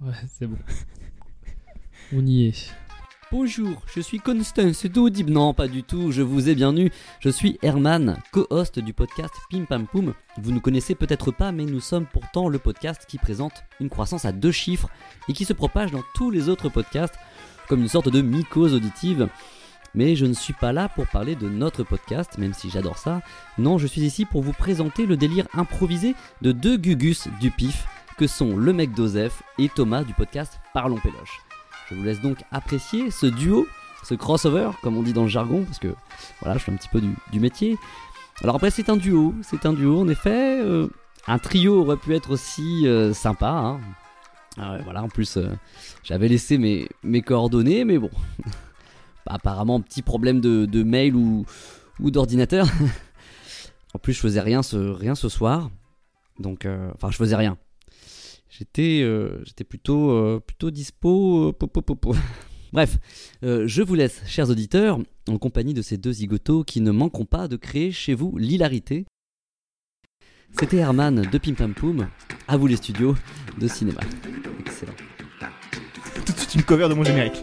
Ouais, c'est bon. On y est. Bonjour, je suis Constance d'Audible. Non, pas du tout, je vous ai bien eu. Je suis Herman, co-host du podcast Pim Pam Poum. Vous nous connaissez peut-être pas, mais nous sommes pourtant le podcast qui présente une croissance à deux chiffres et qui se propage dans tous les autres podcasts comme une sorte de mycose auditive. Mais je ne suis pas là pour parler de notre podcast, même si j'adore ça. Non, je suis ici pour vous présenter le délire improvisé de deux gugus du pif que sont le mec d'Ozef et Thomas du podcast Parlons Péloche. Je vous laisse donc apprécier ce duo, ce crossover, comme on dit dans le jargon, parce que voilà, je suis un petit peu du, du métier. Alors après, c'est un duo, c'est un duo en effet. euh, un trio aurait pu être aussi euh, sympa. hein. Ah ouais, voilà, en plus, euh, j'avais laissé mes, mes coordonnées, mais bon. Apparemment, petit problème de, de mail ou, ou d'ordinateur. en plus, je faisais rien ce, rien ce soir. Donc, euh, enfin, je faisais rien. J'étais euh, j'étais plutôt, euh, plutôt dispo. euh, po, po, po, po. Bref, euh, je vous laisse, chers auditeurs, en compagnie de ces deux zigotos qui ne manqueront pas de créer chez vous l'hilarité. C'était Herman de Pim Pam Poum. À vous les studios de cinéma. Excellent. Tout de suite une cover de mon générique.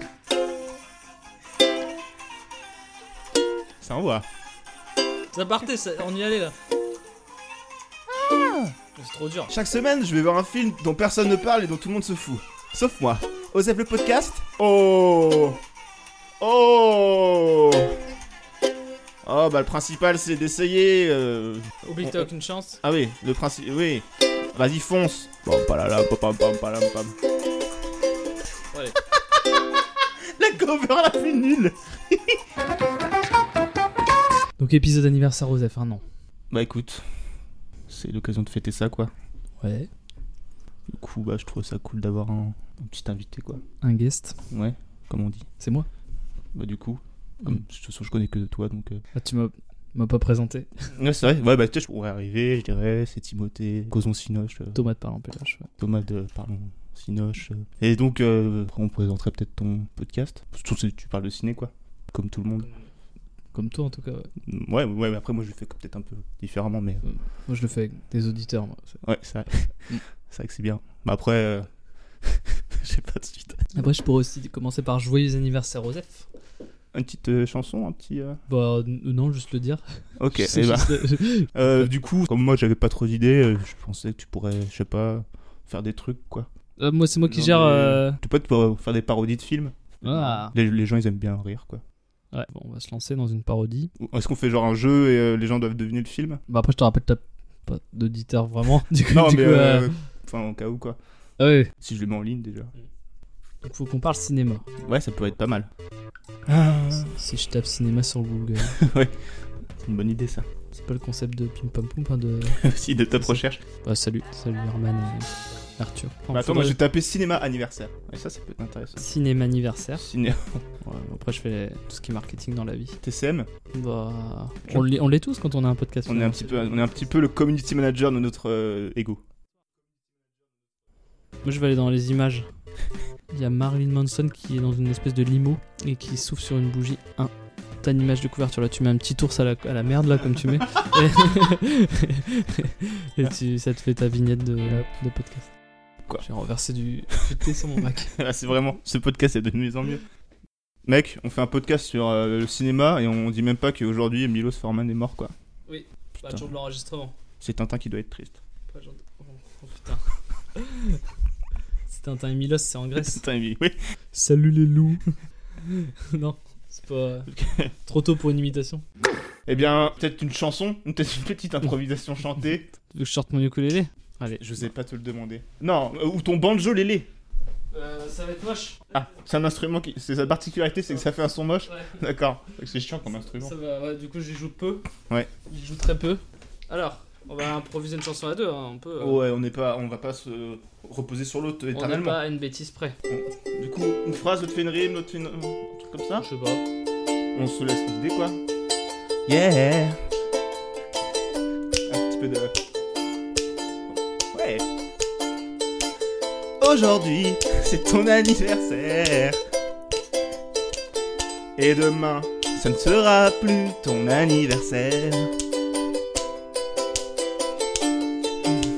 Ça envoie. Ça partait, ça- on y allait là. C'est trop dur. Chaque semaine, je vais voir un film dont personne ne parle et dont tout le monde se fout. Sauf moi. Osef le podcast Oh Oh Oh bah le principal c'est d'essayer. euh, Oublie que t'as aucune chance. Ah oui, le principe. Oui. Vas-y fonce. Pam, palala, pam, pam, pam, palam, pam. Allez. la cover la plus nulle. Donc épisode anniversaire Osef, un an. Bah écoute, c'est l'occasion de fêter ça quoi. Ouais. Du coup bah je trouve ça cool d'avoir un, un petit invité quoi. Un guest. Ouais, comme on dit. C'est moi. Bah du coup, comme, de toute façon je connais que de toi donc. euh. Ah, tu m'as m'as pas présenté. Ouais c'est vrai. Ouais bah tu sais je pourrais arriver, je dirais c'est Timothée, Causon Sinoche, euh, Thomas de Parlant Péloche. ouais. Thomas de pardon Sinoche. euh. Et donc euh, on présenterait peut-être ton podcast. Surtout si tu parles de ciné quoi, comme tout le monde. Mm, Comme toi en tout cas. ouais. Ouais ouais mais après moi je le fais peut-être un peu différemment mais Moi je le fais avec des auditeurs. moi. euh, ouais c'est vrai. c'est vrai que c'est bien. Bah après euh, j'ai pas de suite. Après je pourrais aussi commencer par joyeux anniversaire Osef. Une petite euh, chanson, un petit. euh, Bah n- non, juste le dire. Ok. C'est eh ben. juste- Euh, du coup, comme moi j'avais pas trop d'idées, euh, je pensais que tu pourrais, je sais pas, faire des trucs quoi. Euh, moi c'est moi qui Non, gère... mais- euh, Tu peux te- faire des parodies de films. Ah. Les, les gens ils aiment bien rire quoi. Ouais, bon, on va se lancer dans une parodie. Ou Est-ce qu'on fait genre un jeu et euh, les gens doivent deviner le film Bah après je te rappelle t'as pas d'auditeur vraiment. Du coup, Non du mais. coup, euh, euh, Enfin, au cas où quoi. ah ouais. Si je le mets en ligne déjà. Il faut qu'on parle cinéma. Ouais, ça peut être pas mal. Ah. Si je tape cinéma sur Google. C'est une bonne idée ça. C'est pas le concept de pim pam poum, hein, de... si de top recherche. Bah salut, salut Herman et Arthur. Bah, attends, Faudrait- moi j'ai tapé cinéma anniversaire. Et ça, ça peut être intéressant. Cinéma anniversaire. Ciné... Ouais, après je fais les- tout ce qui est marketing dans la vie. TCM, Bah, on l'est on l'est tous quand on a un podcast. on est, un petit peu, on est un petit peu le community manager de notre euh, ego. Moi je vais aller dans les images. Il y a Marilyn Manson qui est dans une espèce de limo et qui souffle sur une bougie. Un, t'as une image de couverture là, tu mets un petit ours à la, à la merde là comme tu mets. et et tu, ça te fait ta vignette de, de podcast. Quoi J'ai renversé du, du thé sur mon Mac. Là, c'est vraiment, ce podcast est de mieux en mieux. Mec, on fait un podcast sur euh, le cinéma et on dit même pas qu'aujourd'hui Milos Forman est mort, quoi. Pas toujours de l'enregistrement. C'est Tintin qui doit être triste. Pas toujours de- Oh putain. C'était un time Milos, c'est en Grèce. Tintin, il- oui. Salut les loups. non, c'est pas trop tôt pour une imitation. Eh bien, peut-être une chanson, ou peut-être une petite improvisation chantée. Tu veux que je sorte mon ukulélé Allez. Je sais pas te le demander. Non, euh, ou ton banjo lélé. Euh, ça va être moche. Ah, c'est un instrument qui. C'est sa particularité, c'est que ça fait un son moche. Ouais. D'accord. C'est chiant comme instrument. Ça va, ouais, du coup, j'y joue peu. Ouais. J'y joue très peu. Alors, on va improviser une chanson à deux, hein, on peut. euh, Ouais, on n'est pas, on va pas se reposer sur l'autre on n'est éternellement. pas à une bêtise près. Du coup, une phrase, l'autre fait une rime, l'autre fait une... un truc comme ça. Je sais pas. On se laisse l'idée quoi. Yeah. Un petit peu de. Ouais. Aujourd'hui, c'est ton anniversaire. Et demain, ça ne sera plus ton anniversaire.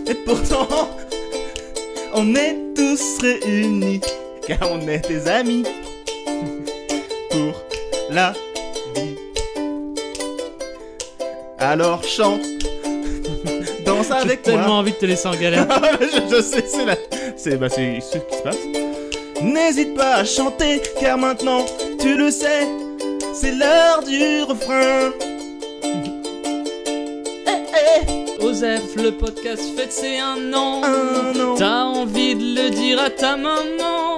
Et pourtant, on est tous réunis, car on est des amis pour la vie. Alors chante, danse J'ai avec moi. tellement envie de te laisser en galère. je, je sais, c'est la... C'est bah, c'est ce qui se passe. N'hésite pas à chanter, car maintenant, tu le sais, c'est l'heure du refrain. Osef, le podcast fête, c'est un an. Un an. T'as envie de le dire à ta maman.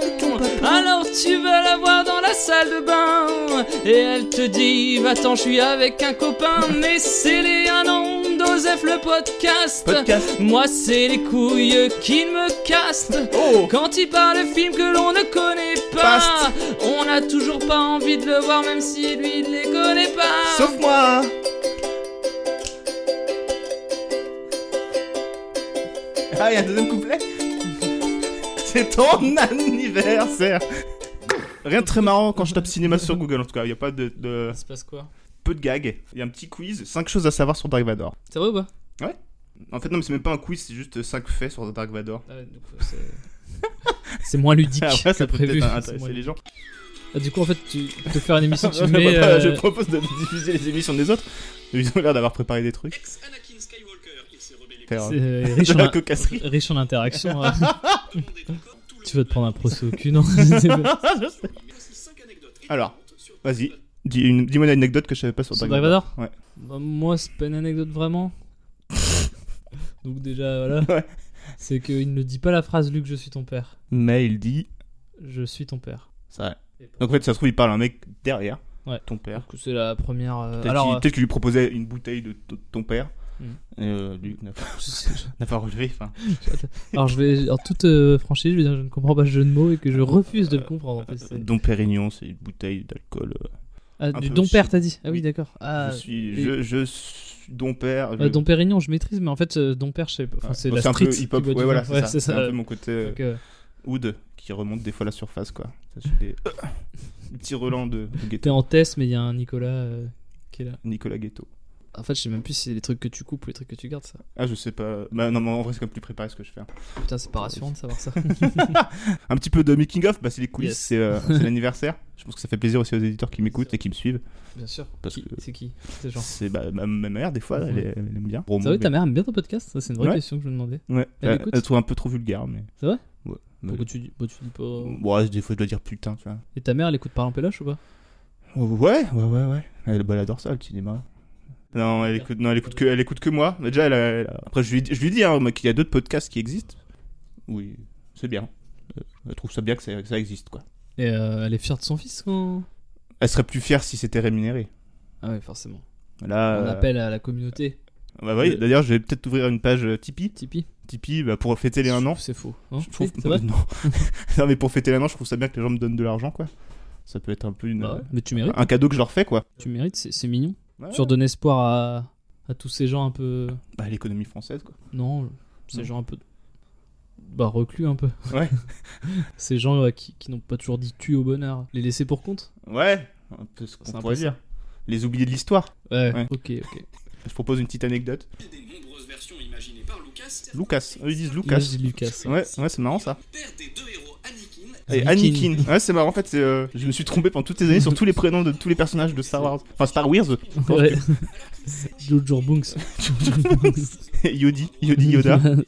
Alors tu vas la voir dans la salle de bain. Et elle te dit Va-t'en, je suis avec un copain. Mais c'est les un an d'Osef, le podcast. Podcast. Moi, c'est les couilles qui me castent. Oh Quand il parle de film que l'on ne connaît pas, Past. on n'a toujours pas envie de le voir, même si lui ne les connaît pas. Sauf moi Ah, il y a un deuxième couplet C'est ton anniversaire Rien de très marrant quand je tape cinéma sur Google en tout cas, il n'y a pas de, de- Il se passe quoi peu de gags. Il y a un petit quiz, 5 choses à savoir sur Dark Vador. C'est vrai ou pas En fait non mais c'est même pas un quiz, c'est juste 5 faits sur Dark Vador. Ah, du euh, coup, c'est- C'est moins ludique Ah ouais, ça que peut prévu. peut-être C'est moins intéresser les ludique. gens. Ah, du coup, en fait, tu peux faire une émission, tu Je mets. propose- euh, Je propose de diffuser les émissions des autres. Ils ont l'air d'avoir préparé des trucs. Ex-Anakin Skywalker, il s'est rebellé Faire c'est, euh, riche, de en la in- cocasserie. riche en interaction. hein. contre des dracons, tout le tu veux te prendre un procès au cul, non C'est pas- monde. Voici cinq anecdotes Alors, étonnantes sur- Vas-y, dis une, dis-moi une anecdote que je savais pas sur Sur Dark Dark Vador. Vador Ouais. Bah, moi, c'est pas une anecdote vraiment. Donc, déjà, voilà. Ouais. C'est qu'il ne dit pas la phrase Luc, je suis ton père. Mais il dit. Je suis ton père. C'est vrai. Donc en fait, ça se trouve, il parle à un mec derrière. Ouais. Ton père. Donc, c'est la première. euh, Peut-être Alors, qu'il, euh, peut-être qu'il lui proposait une bouteille de t- ton père. Hmm. Et euh, lui n'a pas, je sais- je- n'a pas relevé. Enfin, alors, je vais en toute euh, franchise, je vais dire que je ne comprends pas ce jeu de mots et que je Ah Euh, refuse de le comprendre. en fait, c'est- Don Pérignon, c'est une bouteille d'alcool. euh, Ah, un du peu Don Père, aussi. t'as dit Ah Oui. oui, d'accord. Ah, euh, je suis, et- je, je suis Don Père. je- ouais, Don Pérignon, je maîtrise, mais en fait, euh, Don Père, je sais pas. Enfin, Ouais. c'est Bon, la un street. peu qui hip-hop. boit Ouais, du voilà, vin. c'est Ouais, ça. c'est C'est ça. un peu mon côté euh, Donc, euh, Oud qui remonte des fois la surface, quoi. Ça, c'est des, des petits relents de, de T'es Ghetto. en test, mais il y a un Nicolas euh, qui est là. Nicolas Ghetto. En fait, je sais même plus si c'est les trucs que tu coupes ou les trucs que tu gardes, ça. Ah, je sais pas. Bah, non, mais en vrai, c'est quand même plus préparé ce que je fais. hein. Putain, c'est pas rassurant de savoir ça. Un petit peu de making of, bah, c'est les coulisses, Yes. c'est, euh, c'est l'anniversaire. Je pense que ça fait plaisir aussi aux éditeurs qui m'écoutent et qui me suivent. Bien sûr. Parce Qui- que- C'est qui C'est genre. C'est bah, ma, ma mère, des fois, elle, Ouais. elle aime bien. Ça va, ta mère aime Ah, bien ton podcast Ça, c'est une vraie Ouais. question que je me demandais. Ouais. Elle Elle, écoute elle trouve un peu trop vulgaire, mais. C'est vrai Ouais. Mais- Pourquoi tu dis, bah, tu dis pas. Ouais, des fois, je dois dire putain, tu vois. Et ta mère, elle écoute par en péloche ou pas Ouais, ouais, ouais, ouais. Elle, bah, elle adore ça, le cinéma. Non, elle écoute, non, elle écoute que, elle écoute que moi. Mais déjà, elle a- elle a- après, je lui, dis- je lui dis hein, moi, qu'il y a d'autres podcasts qui existent. Oui, c'est bien. Euh, Elle trouve ça bien que ça, que ça existe, quoi. Et euh, elle est fière de son fils quand. Elle serait plus fière si c'était rémunéré. Ah ouais, forcément. Là, On euh, appelle à la communauté. Bah oui, d'ailleurs, je vais peut-être ouvrir une page euh, Tipeee. Tipeee Tipeee, bah, pour fêter les 1 an. C'est faux. Non Je trouve Oui, c'est vrai non. Non, mais pour fêter l'un an, je trouve ça bien que les gens me donnent de l'argent, quoi. Ça peut être un peu une, Bah ouais, Mais tu mérites. un cadeau que je leur fais, quoi. Tu mérites, c'est c'est mignon. Ouais. Tu redonnes espoir à, à tous ces gens un peu. Bah, l'économie française, quoi. Non, ces Non. gens un peu. Bah, reclus un peu. Ouais. ces gens euh, qui, qui n'ont pas toujours dit tu au bonheur. Les laisser pour compte Ouais, un peu ce C'est qu'on un pourrait peu dire. Les oubliés de l'histoire. Ouais. Ouais. Ok, ok. Je propose une petite anecdote. Des nombreuses versions imaginées par Lucas. Lucas, eux ils disent Là, Lucas. je dis Lucas. Ouais, ouais, c'est marrant ça. Père des deux héros Anakin, Et Anakin. Anakin. Ouais, c'est marrant en fait. c'est, euh, je me suis trompé pendant toutes ces années sur tous les prénoms de tous les personnages de Star Wars. Enfin, Star Wars. je pense Ouais. alors qu'il s'est Jojo Bunks. que- Yodi, Yodi Yoda.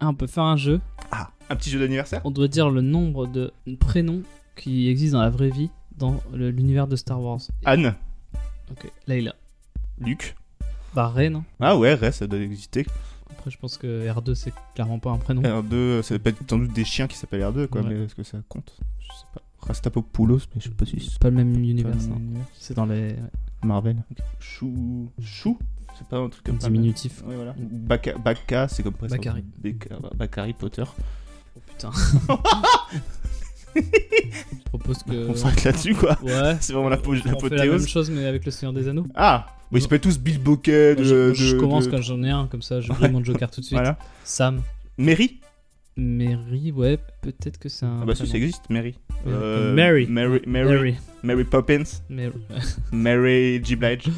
Ah, on peut faire un jeu. Ah, un petit jeu d'anniversaire. On doit dire le nombre de prénoms qui existent dans la vraie vie dans le- l'univers de Star Wars. Anne, Ok. Layla. Luc. Bah, Ray, non Ah ouais, reste, ça doit exister. Après, je pense que R2, c'est clairement pas un prénom. R2, ça peut être sans doute des chiens qui s'appellent R2, quoi, Ouais. mais est-ce que ça compte Je sais pas. Rastapopoulos, mais je sais pas si C'est c'est pas le même pas univers, un non. univers. C'est dans les ouais, Marvel. Ok. Chou. Chou C'est pas un truc comme ça. diminutifs. mais- Ouais, voilà. Ou Baka, Baka, c'est comme presque. Bakari. Beka- Bakari Potter. Oh putain. je propose que. On s'arrête là-dessus, quoi. Ouais. C'est vraiment la, po- la Euh, on fait la même pothéose. chose mais avec le Seigneur des Anneaux. Ah Mais ils s'appellent tous Bill Bokeh de. Moi, je, je de- commence de- quand j'en ai un, comme ça je brille mon joker tout de suite. Voilà. Sam, Mary Mary, ouais, peut-être que c'est un. Ah bah si, prénom. ça existe, Mary. Euh, Euh, Mary. Mary. Mary. Mary Poppins. Mary. Mary G. Blige.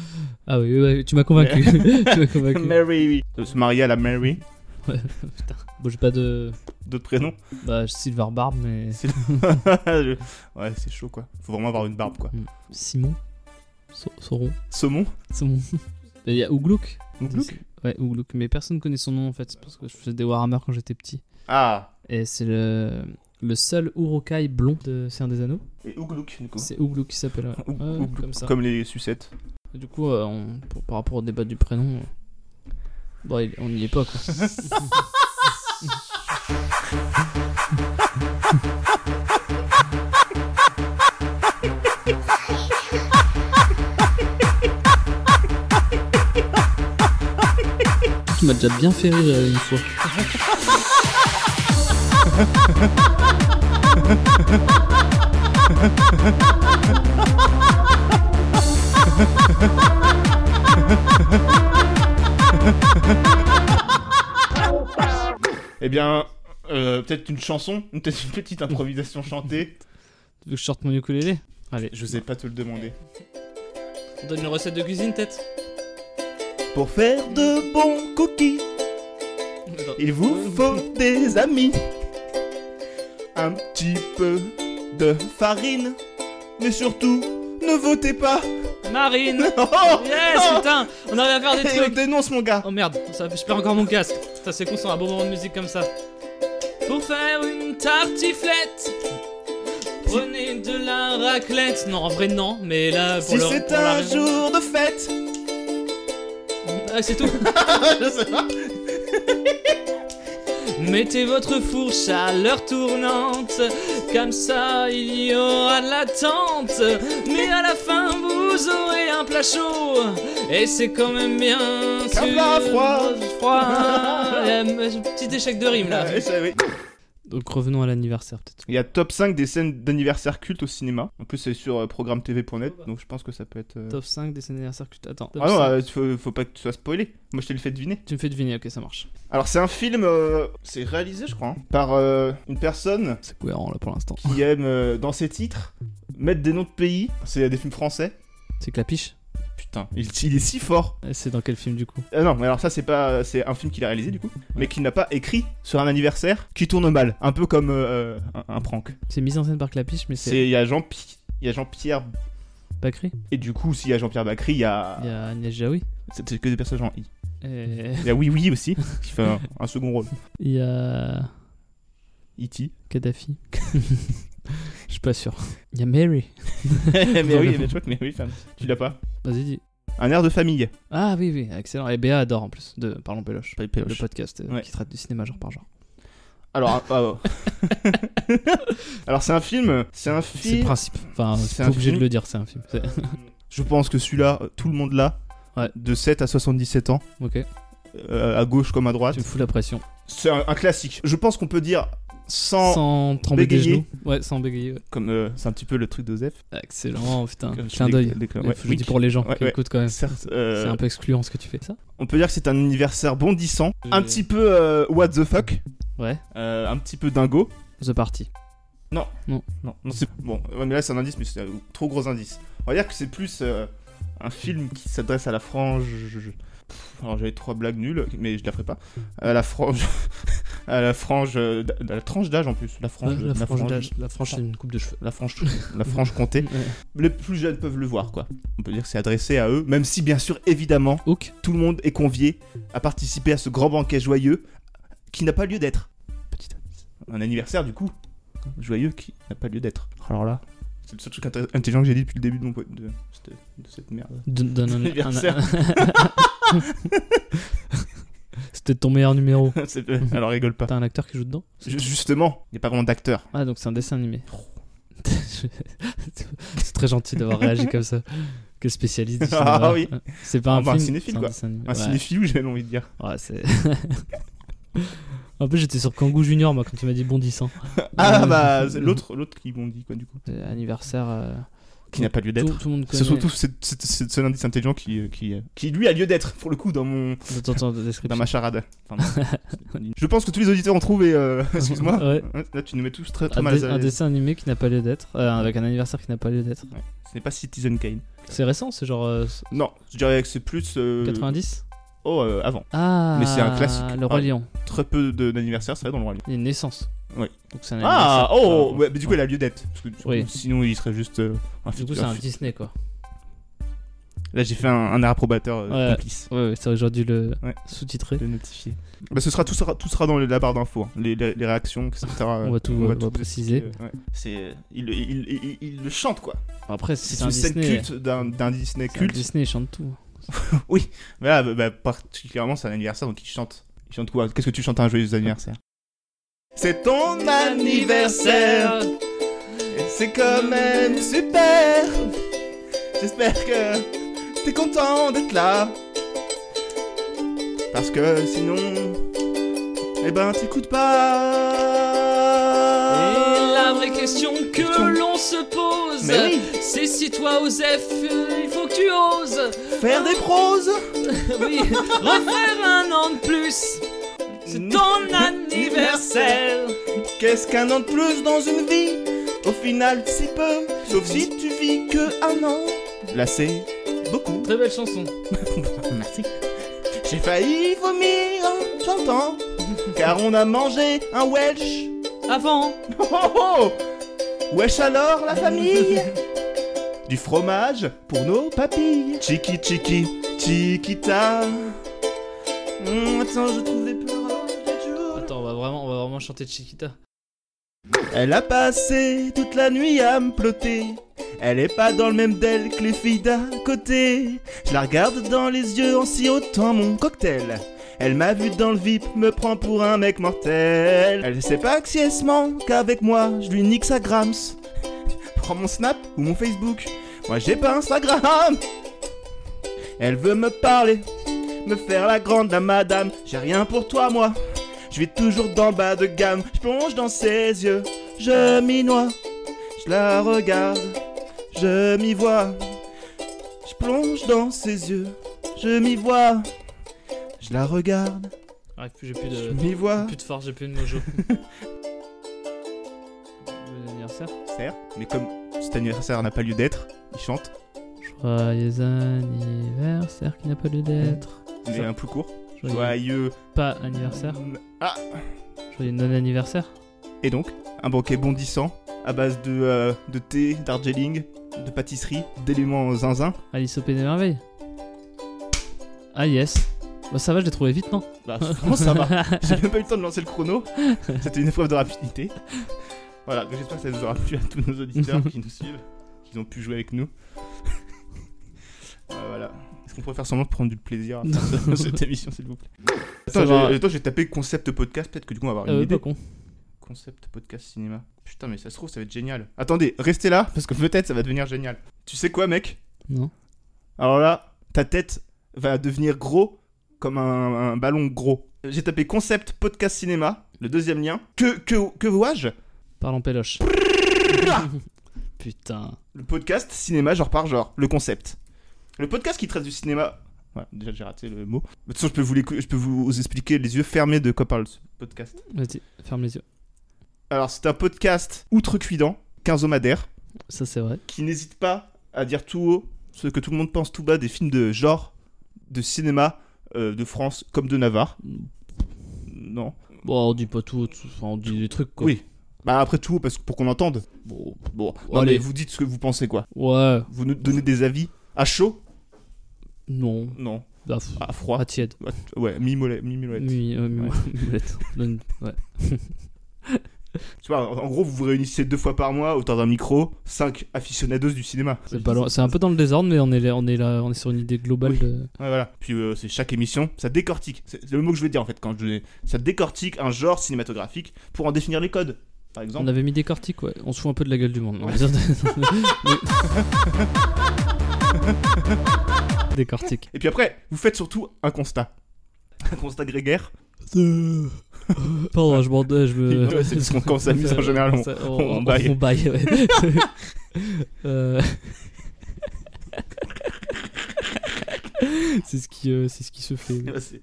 Ah oui, ouais, tu m'as convaincu. tu m'as convaincu. Mary. De se marier à la Mary. Ouais, putain. Bon, j'ai pas de. D'autres prénoms Bah, Silver Barbe, mais. Je- Ouais, c'est chaud quoi. Faut vraiment avoir une barbe quoi. Simon Sau- Sauron Saumon Saumon. Il y a Ouglouk. Ouglouk Ouais, Ouglouk. Mais personne connaît son nom en fait. C'est parce que je faisais des Warhammer quand j'étais petit. Ah Et c'est le, le seul Urukai blond de Seigneur des Anneaux. Et Ouglouk du coup. C'est Ouglouk qui s'appelle. ouais. Oug- Ouais, Ouglouk, comme ça. Hein Comme les sucettes. Et Du coup, euh, on- pour- par rapport au débat du prénom, euh, bon, il- on n'y est pas quoi. Tu m'as déjà bien fait rire euh, une fois. Eh bien, euh, peut-être une chanson Peut-être une petite improvisation chantée Tu veux que je sorte mon ukulélé Allez, Je sais pas te le demander. on donne une recette de cuisine, tête Pour faire de bons cookies, il Mm. vous faut des amis. Un petit peu de farine, mais surtout, ne votez pas Marine Oh Yes, Oh putain On arrive à Mm. faire des Et on trucs dénonce mon gars Oh merde, ça, je perds encore mon casque. Putain, c'est con, c'est un bon moment de musique comme ça. Pour faire une tartiflette, prenez de la raclette. Non, en vrai, non, mais là, pour Si le. c'est pour la un raison- jour de fête Ah, c'est tout Je sais pas Mettez votre fourche à l'heure tournante, comme ça il y aura de l'attente. Mais à la fin vous aurez un plat chaud, et c'est quand même bien Qu'un sûr plat froid. froid. Euh, petit échec de rime là. Ouais, ça, oui. Donc revenons à l'anniversaire peut-être. Il y a top 5 des scènes d'anniversaire culte au cinéma. En plus, c'est sur euh, programme-tv.net, donc je pense que ça peut être. euh, Top 5 des anniversaires que tu... Attends. top Ah non, 5. euh, faut, faut pas que tu sois spoilé. Moi, je te le fais deviner. Tu me fais deviner, ok, ça marche. Alors, c'est un film. euh, c'est réalisé, je crois, hein, par euh, une personne C'est cohérent là pour l'instant. qui aime, euh, dans ses titres, mettre des noms de pays. C'est des films français. C'est Clapiche Putain, il, il est si fort. Et C'est dans quel film du coup Ah non, mais alors ça, c'est pas. C'est un film qu'il a réalisé, du coup, mais qu'il n'a pas écrit sur un anniversaire qui tourne mal. Un peu comme euh, euh, un, un prank. C'est mis en scène par Clapiche, mais c'est C'est. Il y a Jean-Pierre. Il y a Jean-Pierre. Bacri Et du coup, s'il y a Jean-Pierre Bacri, il y a. Il y a Agnès Jaoui C'était que des personnages en I. et Il y a Oui Oui aussi, qui fait un, un second rôle. E il y a E.T. Kadhafi. Je suis pas sûr. Il y a Mary. mais oui, mais je crois que- mais oui, femme. Tu l'as pas Vas-y, dis. Un air de famille. Ah oui, oui, excellent. Et Béa adore en plus de Parlons Péloche. Pas les Le péloches. podcast euh, Ouais. qui traite du cinéma genre par genre. Alors, un- ah, ouais. Alors c'est un film, c'est un C'est le film. principe. Enfin, C'est t'es un obligé de film. le dire, c'est un film. C'est- Je pense que celui-là, euh, tout le monde l'a. Ouais. De 7 à 77 ans, Ok, euh, à gauche comme à droite. tu me fous la pression. C'est un, un classique. Je pense qu'on peut dire sans. Sans trembler des bégayer. genoux. Ouais, sans bégayer. ouais. Comme euh, c'est un petit peu le truc d'Ozef. Excellent, oh, putain. Comme je Clin l'ai- d'œil. l'ai- Ouais, ouais, faut que je oui. dis pour les gens Ouais, qui ouais. écoutent quand même. Certes, euh, C'est un peu excluant ce que tu fais, ça On peut dire que c'est un anniversaire bondissant, Je- un petit peu euh, what the fuck, Ouais. euh, un petit peu dingo. The Party. Non, non, c'est bon. ouais, mais là, c'est un indice, mais c'est un trop gros indice. On va dire que c'est plus euh, un film qui s'adresse à la frange. Pff, Alors j'avais trois blagues nulles, mais je la ferai pas. À la frange, à la frange, euh, d- de la tranche d'âge en plus, la frange, la, frange d'âge. La frange, c'est une coupe de cheveux. la frange, la frange comté. Ouais. Les plus jeunes peuvent le voir, quoi. On peut dire que c'est adressé à eux, même si bien sûr, évidemment, Hook tout le monde est convié à participer à ce grand banquet joyeux qui n'a pas lieu d'être. Petit indice. Un anniversaire du coup, joyeux qui n'a pas lieu d'être. Alors là, c'est le seul truc inté- intelligent que j'ai dit depuis le début de, mon po- de, cette- de cette merde. Donne- donne un- Anniversaire. un- C'était ton meilleur numéro. C'est- euh, Alors rigole pas. T'as un acteur qui joue dedans Ju- Justement, il n'y a pas vraiment d'acteur. Ah, donc c'est un dessin animé. c'est très gentil d'avoir réagi comme ça. Quel spécialiste du cinéma. Ah oui. C'est pas Ah, un bah, un film. cinéphile, c'est quoi. dessin animé. Un Ouais. cinéphile, j'avais envie de dire. Ouais, c'est. En plus, j'étais sur Kangoo Junior, moi, quand tu m'as dit bondissant. Ah Euh, bah, c'est l'autre l'autre qui m'ont dit quoi du coup. c'est Anniversaire. euh, Qui n'a pas lieu Tout, d'être. tout le monde connaît. C'est surtout c'est- c'est- c'est le seul indice intelligent qui, euh, qui, euh, qui lui a lieu d'être, pour le coup, dans mon Attends, attends, description. dans ma charade. Enfin, non, c'est pas dit. je pense que tous les auditeurs ont trouvé. euh, Excuse-moi. Ouais. Là, tu nous mets tous très, très Un, mal à dé- un l'aise. dessin animé qui n'a pas lieu d'être, euh, avec un anniversaire qui n'a pas lieu d'être. Ce n'est pas Citizen Kane. C'est récent, c'est genre euh, Non, je dirais que c'est plus. euh, 90 oh, euh, avant. Ah, Mais c'est un classique. Le Roi Ah. Lion. Très peu de- d'anniversaires, ça va dans le roi lion. Il y a une naissance. Oui. Donc c'est un Ah, anniversaire. oh Enfin, ouais, Mais du coup, elle a lieu d'être. Parce que Oui. Sinon, il serait juste euh, un Du coup, futur- c'est un un futur- Disney quoi. Là, j'ai fait un, un air approbateur euh, Ouais. complice. Ouais, ouais, c'est vrai, j'aurais dû le Ouais. sous-titrer. De notifier. Bah, ce sera, tout, sera, tout sera dans la barre d'infos. hein. Les, les- les réactions, etc. On va tout, on va préciser. Ouais. C'est, euh, il, il- il- il le chante quoi. Après, si C'est c'est un une scène Disney. culte d'un, d'un Disney c'est un culte. Disney, il chante tout. Mais là, bah, bah, particulièrement, c'est un anniversaire donc il chante. Il chante quoi Qu'est-ce que tu chantes à un joyeux anniversaire C'est ton anniversaire, et c'est quand même super. J'espère que t'es content d'être là. Parce que sinon, eh ben t'écoutes pas. Et la vraie question Question. que l'on se pose, Mais oui, c'est si toi, Osef, euh, il faut que tu oses. faire des proses. Oui, refaire un an de plus. C'est ton anniversaire. Qu'est-ce qu'un an de plus dans une vie Au final, c'est peu, sauf si tu vis que un an. Là, c'est beaucoup. Très belle chanson. Merci. J'ai failli vomir, j'entends, car on a mangé un Welsh. Avant, Oh, oh, oh Wesh alors, la famille Du fromage pour nos papilles. Chiki chiki, chiquita. Hum, attends, je trouvais plus Attends, on va vraiment, on va vraiment chanter Chiquita. Elle a passé toute la nuit à me ploter. Elle est pas dans le même del que les filles d'à côté. Je la regarde dans les yeux en sirotant mon cocktail. Elle m'a vu dans le VIP, me prend pour un mec mortel. Elle sait pas que si elle se manque avec moi, je lui nique sa grams. Prends mon snap ou mon Facebook, moi j'ai pas Instagram. Elle veut me parler, me faire la grande, la madame. J'ai rien pour toi, moi. Je vis toujours dans le bas de gamme, je plonge dans ses yeux, je m'y noie, je la regarde, je m'y vois, je plonge dans ses yeux, je m'y vois, je la regarde, Arrête, j'ai plus je de, m'y vois. plus de force, j'ai plus de mojo. Bon anniversaire. Certes, mais comme cet anniversaire n'a pas lieu d'être, il chante, Joyeux anniversaire qui n'a pas lieu d'être. mais Ça. un peu court. Joyeux Joyeux. pas anniversaire. Ah Joyeux non anniversaire. Et donc, un banquet bondissant, à base de, euh, de thé, d'argeling, de pâtisserie, d'éléments zinzin. Alice au Pays des Merveilles. Ah yes. Bah ça va, je l'ai trouvé vite, non Bah, franchement, ça va. J'ai même pas eu le temps de lancer le chrono. C'était une épreuve de rapidité. Voilà, donc j'espère que ça nous aura plu à tous nos auditeurs qui nous suivent, qui ont pu jouer avec nous. Euh, voilà. Est-ce qu'on pourrait faire semblant de prendre du plaisir à faire ce- cette émission, s'il vous plaît Ça Attends, va. j'ai- attends, j'ai tapé concept podcast, peut-être que du coup on va avoir Oh, une Euh, idée. pas con. Concept podcast cinéma. Putain, mais ça se trouve, ça va être génial. Attendez, restez là, parce que peut-être ça va devenir génial. Tu sais quoi, mec Non. Alors là, ta tête va devenir gros comme un, un ballon gros. J'ai tapé concept podcast cinéma, le deuxième lien. Que, que, que vois-je Parle en péloche. Putain. Le podcast cinéma genre par genre, le concept. Le podcast qui traite du cinéma. Voilà, déjà j'ai raté le mot. De toute façon, je peux vous, l'écou- je peux vous expliquer les yeux fermés de quoi parle ce podcast. Vas-y, ferme les yeux. Alors, c'est un podcast outrecuidant, quinzomadaire. Ça c'est vrai. qui n'hésite pas à dire tout haut ce que tout le monde pense tout bas des films de genre, de cinéma euh, de France comme de Navarre. Non. Bon, on dit pas tout, tout- enfin, on dit des trucs quoi. Oui. Bah après tout haut parce que pour qu'on entende. Bon, Bon, Oh, non, allez. mais vous dites ce que vous pensez quoi. ouais, Vous nous donnez des avis à chaud non, Non. bah, pff, À froid pas tiède. Ouais, mi-molette. mi-molette. Mi, euh, mi- Ouais. mulette. Donne- ouais. Tu vois, en en gros, vous vous réunissez deux fois par mois autour d'un micro, cinq aficionados du cinéma. C'est pas loin. C'est un peu dans le désordre, mais on est, là- on est là, on est sur une idée globale Oui. de. Ouais, voilà. Puis euh, c'est chaque émission, ça décortique. C'est c'est le mot que je veux dire en fait quand je ça décortique un genre cinématographique pour en définir les codes. Par exemple. On avait mis des cortiques, ouais. On se fout un peu de la gueule du monde. non, mais- Mais- des cortiques. Et puis après, vous faites surtout un constat. Un constat grégaire. Euh, Pardon, je m'en euh, je me. Ouais, c'est parce qu'on- quand on s'amuse, en général, on- Ça- on baille. On baille, ouais. Euh, c'est ce euh, qui, euh, c'est ce qui se fait. Mm. Et bah, c'est-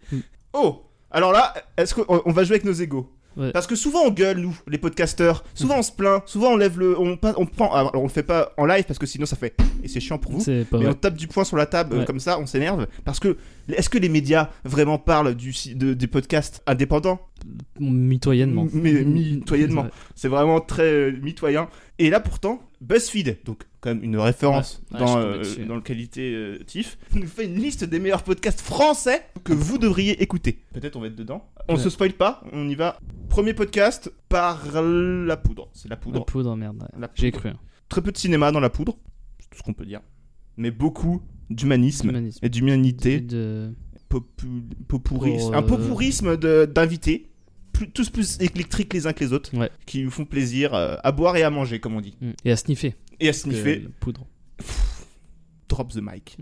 Oh Alors là, est-ce qu'on on va jouer avec nos égaux Ouais. Parce que souvent on gueule, nous, les podcasteurs. Souvent on se plaint. Souvent on lève le. On, pa- on prend. Alors on le fait pas en live parce que sinon ça fait. Et c'est chiant pour vous. C'est pas Mais vrai. on tape du poing sur la table euh, Ouais. comme ça, on s'énerve. Parce que est-ce que les médias vraiment parlent du, si- de- des podcasts indépendants Mitoyennement. M- Mais mitoyennement. Ouais. C'est vraiment très euh, mitoyen. Et là pourtant, BuzzFeed, donc quand même une référence Ouais, ouais, dans, je suis tombé euh, dessus. dans le qualitatif, nous fait une liste des meilleurs podcasts français que vous devriez écouter. Peut-être on va être dedans. On Ouais. se spoil pas, on y va. Premier podcast par la poudre. C'est la La poudre. poudre, merde. ouais. La poudre. J'ai cru. hein. Très peu de cinéma dans la poudre, c'est tout ce qu'on peut dire. Mais beaucoup d'humanisme Humanisme. et d'humanité. De- Popu- popouris- Pour, euh, un popourisme de- d'invités, plus- tous plus électriques les uns que les autres, Ouais. qui nous font plaisir euh, à boire et à manger, comme on dit. Mm. Et à sniffer. Et à que sniffer, La poudre. drop the mic.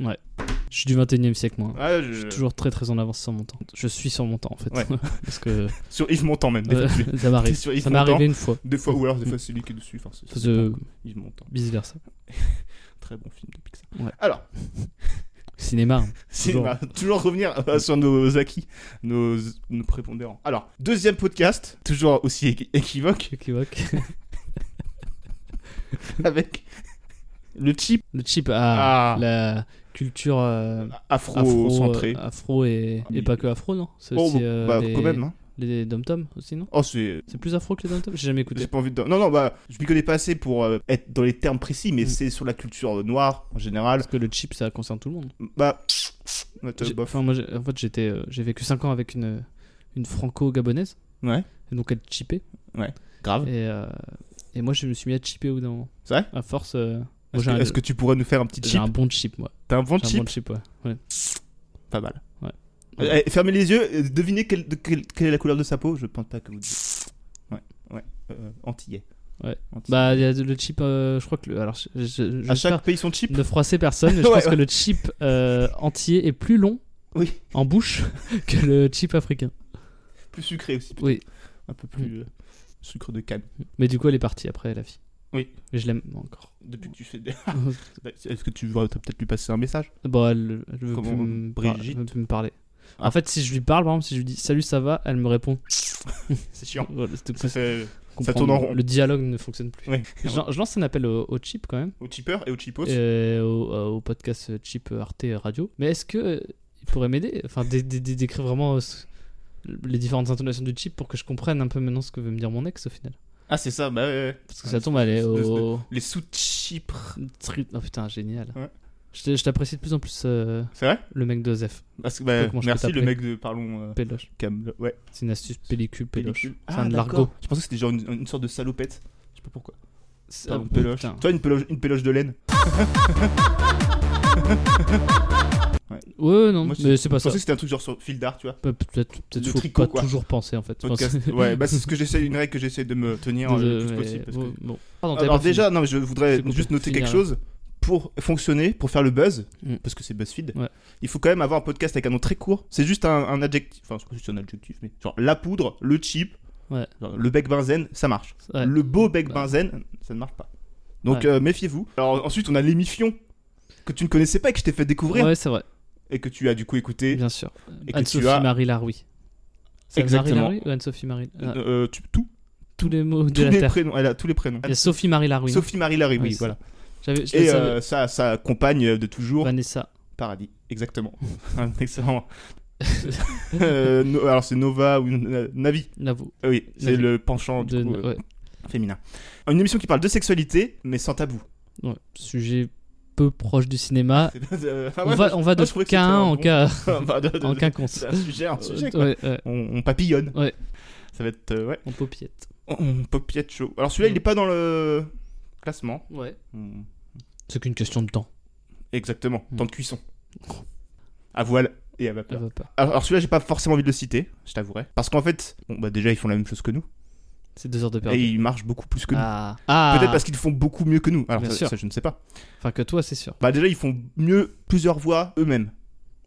Je suis du 21 e siècle, moi. Ah, je- Je suis toujours très très en avance sur mon temps. Je suis sur mon temps en fait. Ouais. Parce que Sur Yves Montand même, des euh, fois, tu- ça m'arrive. T'es sur Yves Ça m'est Montand. arrivé une fois. des fois, ou alors des fois c'est lui qui est dessus. Enfin, c'est- c'est The pas- Yves Montand, vice versa. très bon film de Pixar. Ouais. Alors, Cinéma. hein. c'est- on va toujours revenir euh, sur nos acquis, nos, nos prépondérants. Alors, deuxième podcast, toujours aussi équi- équivoque, Équivoque. avec le chip Le chip a Ah. la culture euh, afro-centré. afro-centré. Afro, et, et pas que afro, non C'est Oh, aussi euh, bah, les, quand même, hein. les dom-tom aussi, non Oh, c'est. C'est plus afro que les dom-tom J'ai jamais J'ai écouté. pas envie de. Non, non, bah, je m'y connais pas assez pour euh, être dans les termes précis, mais Mm. c'est sur la culture euh, noire en général. Parce que le chip ça concerne tout le monde. Bah, ouais, t'as- J'ai- bof. Enfin, moi, j'ai- en fait, j'étais, euh, j'ai vécu 5 ans avec une, une franco-gabonaise. Ouais. Et donc, elle chipait. grave. Et, euh, et moi, je me suis mis à chipper au bout d'un moment. C'est vrai À force. euh, moi, Est-ce j'ai que, un- est-ce que tu pourrais nous faire un petit J'ai chip un bon chip, moi. T'as un bon J'ai un chip bon chip, ouais. ouais. Pas mal. Ouais. Euh, eh, fermez les yeux, euh, devinez quelle, de- quelle- quelle est la couleur de sa peau. Je pense pas que vous. Ouais, ouais. euh, antillais. Ouais. Antillais. Bah, il y a le chip, euh, je crois que. Le, alors, je, je, je à vais chaque faire- pays son chip ne froisser personne, mais je Ouais, pense ouais. que le chip euh, entier est plus long Oui. en bouche que le chip africain. Plus sucré aussi. Oui. Un peu plus euh, sucre de canne. Mais du coup, elle est partie après, la fille. Oui. Ah. Mais je l'aime encore. Depuis que tu fais. des- Est-ce que tu voudrais peut-être lui passer un message bon, elle, elle veut Comment, plus me par- Brigitte elle veut plus me parler. Ah. En fait, si je lui parle, par exemple, si je lui dis salut, ça va, elle me répond. C'est chiant. Voilà, c'est tout. Ça, c'est- Comprendre. tourne en rond. Ah Le dialogue ne fonctionne plus. Ouais. Je, je lance un appel au, au chip quand même, Au tipeur et au chipos. euh, au, euh, au podcast Chip Arte Radio. Mais est-ce que euh, il pourrait m'aider Enfin, dé- dé- dé- décrire vraiment euh, ce- les différentes intonations du chip pour que je comprenne un peu maintenant ce que veut me dire mon ex au final. Ah, c'est ça, bah ouais, ouais. Parce que ça tombe, elle est au. Les sous-chipres. tri- Oh putain, génial. Ouais. Je t'- je t'apprécie de plus en plus, euh, C'est vrai le mec d'Ozef, Parce que, bah, Comment je peux Merci, le t'appeler mec de Parlons euh, Péloche. Cam. Ouais. C'est une astuce pellicule, Péloche. Pellicule. C'est Ah, un d'accord. largo. Je pensais que c'était genre une, une sorte de salopette. Je sais pas pourquoi. C'est- Pardon, ah, péloche. putain. Toi, une péloche, une péloche de laine. Ouais, non, Moi, mais c'est pas Je ça. pensais que c'était un truc genre sur fil d'art, tu vois. Pe- Peut-être peut Le faut tricot, pas quoi. toujours penser en fait. Enfin, Podcast. c'est- ouais, bah c'est ce que j'essaie, une règle que j'essaie de me tenir euh, le Désolé, plus mais possible. parce que- bon, bon. Pardon, t'avais Alors, pas fini. déjà, non, mais je voudrais C'est hein. coupé. juste noter Finir, quelque là. chose. Pour fonctionner, pour faire le buzz, Mm. parce que c'est BuzzFeed, Ouais. il faut quand même avoir un podcast avec un nom très court. C'est juste un, un adjectif, enfin, c'est pas juste un adjectif, mais genre la poudre, le chip, Ouais. genre, le bec benzène, ça marche. Ouais. Le beau bec Ouais. benzène, ça ne marche pas. Donc Ouais. euh, méfiez-vous. Alors ensuite, on a l'émission que tu ne connaissais pas et que je t'ai fait découvrir Ouais, c'est vrai, et que tu as du coup écouté. bien sûr. et que Anne-Sophie tu as- Marie Laroui. C'est Exactement. Marie Laroui ou Anne-Sophie Marie Ah, Euh, euh, tu- tout, Tous les mots de tous la les Terre. prénoms, elle a tous les prénoms. Il y a Sophie Marie Laroui. non Sophie Marie Larry, Ouais, oui, c'est voilà. J'avais- je Et savais- euh, sa, sa compagne euh, de toujours, Vanessa. Paradis, exactement. Un Excellent. Euh, no- alors c'est Nova ou Na- Navi. Navo. Ah oui, c'est Navi. le penchant du De... coup, euh, ouais. féminin. Une émission qui parle de sexualité, mais sans tabou. Ouais. Sujet peu proche du cinéma. Euh, ah On ouais, va, on va de moi, je trouvais que c'était K1 un en, bon- K... bah, de- de- en de- quinconce. C'est un sujet, un sujet, quoi. Ouais, ouais. on, on papillonne. Ouais. Ça va être euh, ouais, En paupiette. on popiette chaud. Alors celui-là, il est pas dans le classement. Ouais. Hmm. C'est qu'une question de temps. Exactement, Mm. temps de cuisson. À voile et à Elle vapeur. va pas. Alors, alors celui-là, j'ai pas forcément envie de le citer, je t'avouerai, parce qu'en fait, bon bah déjà ils font la même chose que nous C'est deux heures de et perdu. ils marchent beaucoup plus que nous. Ah. Ah. Peut-être parce qu'ils font beaucoup mieux que nous. Alors Bien ça, sûr. ça, je ne sais pas. Enfin, que toi, c'est sûr. Bah déjà ils font mieux plusieurs voix eux-mêmes.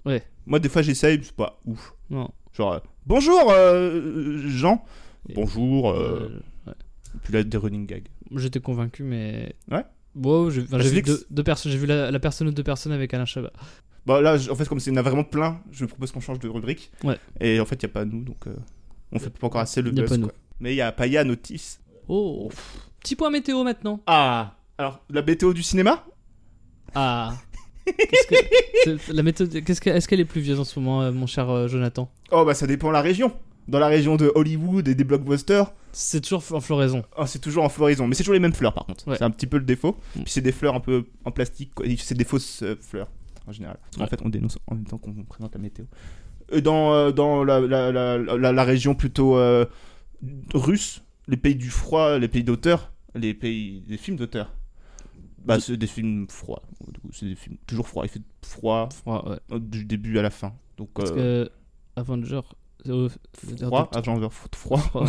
Ouais. Moi des fois j'essaye, c'est pas ouf. Non. Genre euh, bonjour euh, Jean, Et- bonjour. euh, Euh, Puis là des running gags. J'étais convaincu, mais. Ouais. Wow, j'ai enfin, Bah, j'ai c'est vu, que c'est- deux, deux personnes, j'ai vu la, la personne aux deux personnes avec Alain Chabat. Bah là, je- en fait, comme c'est- il y en a vraiment plein, je propose qu'on change de rubrique. Ouais. Et en fait, il n'y a pas nous, donc euh, on fait pas encore assez le Y a buzz. pas nous. quoi. mais il y a Paya Notis. Oh, petit point météo maintenant. Ah Alors, la météo du cinéma Ah. Qu'est-ce que- c'est- la méthode, qu'est-ce que- est-ce qu'elle est pluvieuse en ce moment, euh, mon cher euh, Jonathan Oh, bah ça dépend la région. Dans la région de Hollywood et des blockbusters, C'est toujours en floraison. oh, c'est toujours en floraison. Mais c'est toujours les mêmes fleurs par contre. Ouais. C'est un petit peu le défaut. Mm. Puis c'est des fleurs un peu en plastique. quoi. Et C'est des fausses euh, fleurs en général. Parce qu'en Ouais. fait, on dénonce en même temps qu'on présente la météo. Et dans euh, dans la, la- la- la- la région plutôt euh, russe, les pays du froid, les pays d'auteur, les pays des films d'auteur. Bah, c'est des films froids. C'est des films toujours froids. Il fait froid Froid, ouais. euh, du début à la fin. Donc, Parce euh, que Avenger. euh, euh, Froid, agent de froid. froid.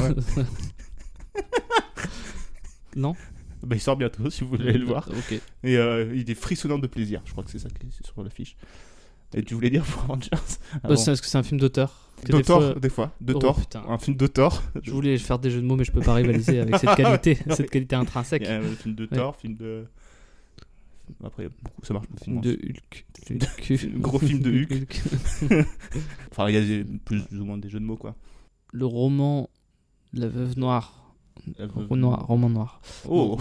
non Bah, il sort bientôt si vous voulez le voir. Ok. Et euh, il est frissonnant de plaisir, je crois que c'est ça qui est sur l'affiche. Et tu voulais dire pour Avengers Ah Bah, bon. c'est- Est-ce que c'est un film d'auteur Que des D'auteur, fois, des fois. De Oh, tort. putain. Un film d'auteur. Je voulais faire des jeux de mots, mais je peux pas rivaliser avec cette qualité, cette qualité Il intrinsèque y a un film de tort, film de. Après, beaucoup- ça marche beaucoup moins. de Hulk. De- Hulk. Gros film de Hulk. Enfin, il y a des- plus ou moins des jeux de mots, quoi. Le roman La Veuve Noire. La veuve- Roman noir. Roman noir. Euh, Oh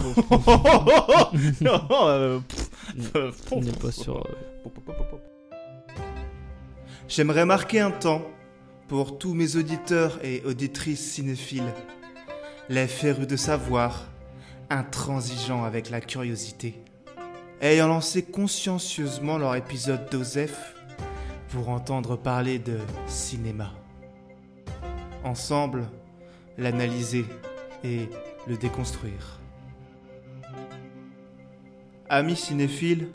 Euh, pff, euh, On n'est pas sur. J'aimerais marquer un temps pour tous mes auditeurs et auditrices cinéphiles, les férus de savoir, intransigeants avec la curiosité, ayant lancé consciencieusement leur épisode d'Osef pour entendre parler de cinéma. Ensemble, l'analyser et le déconstruire. Amis cinéphiles,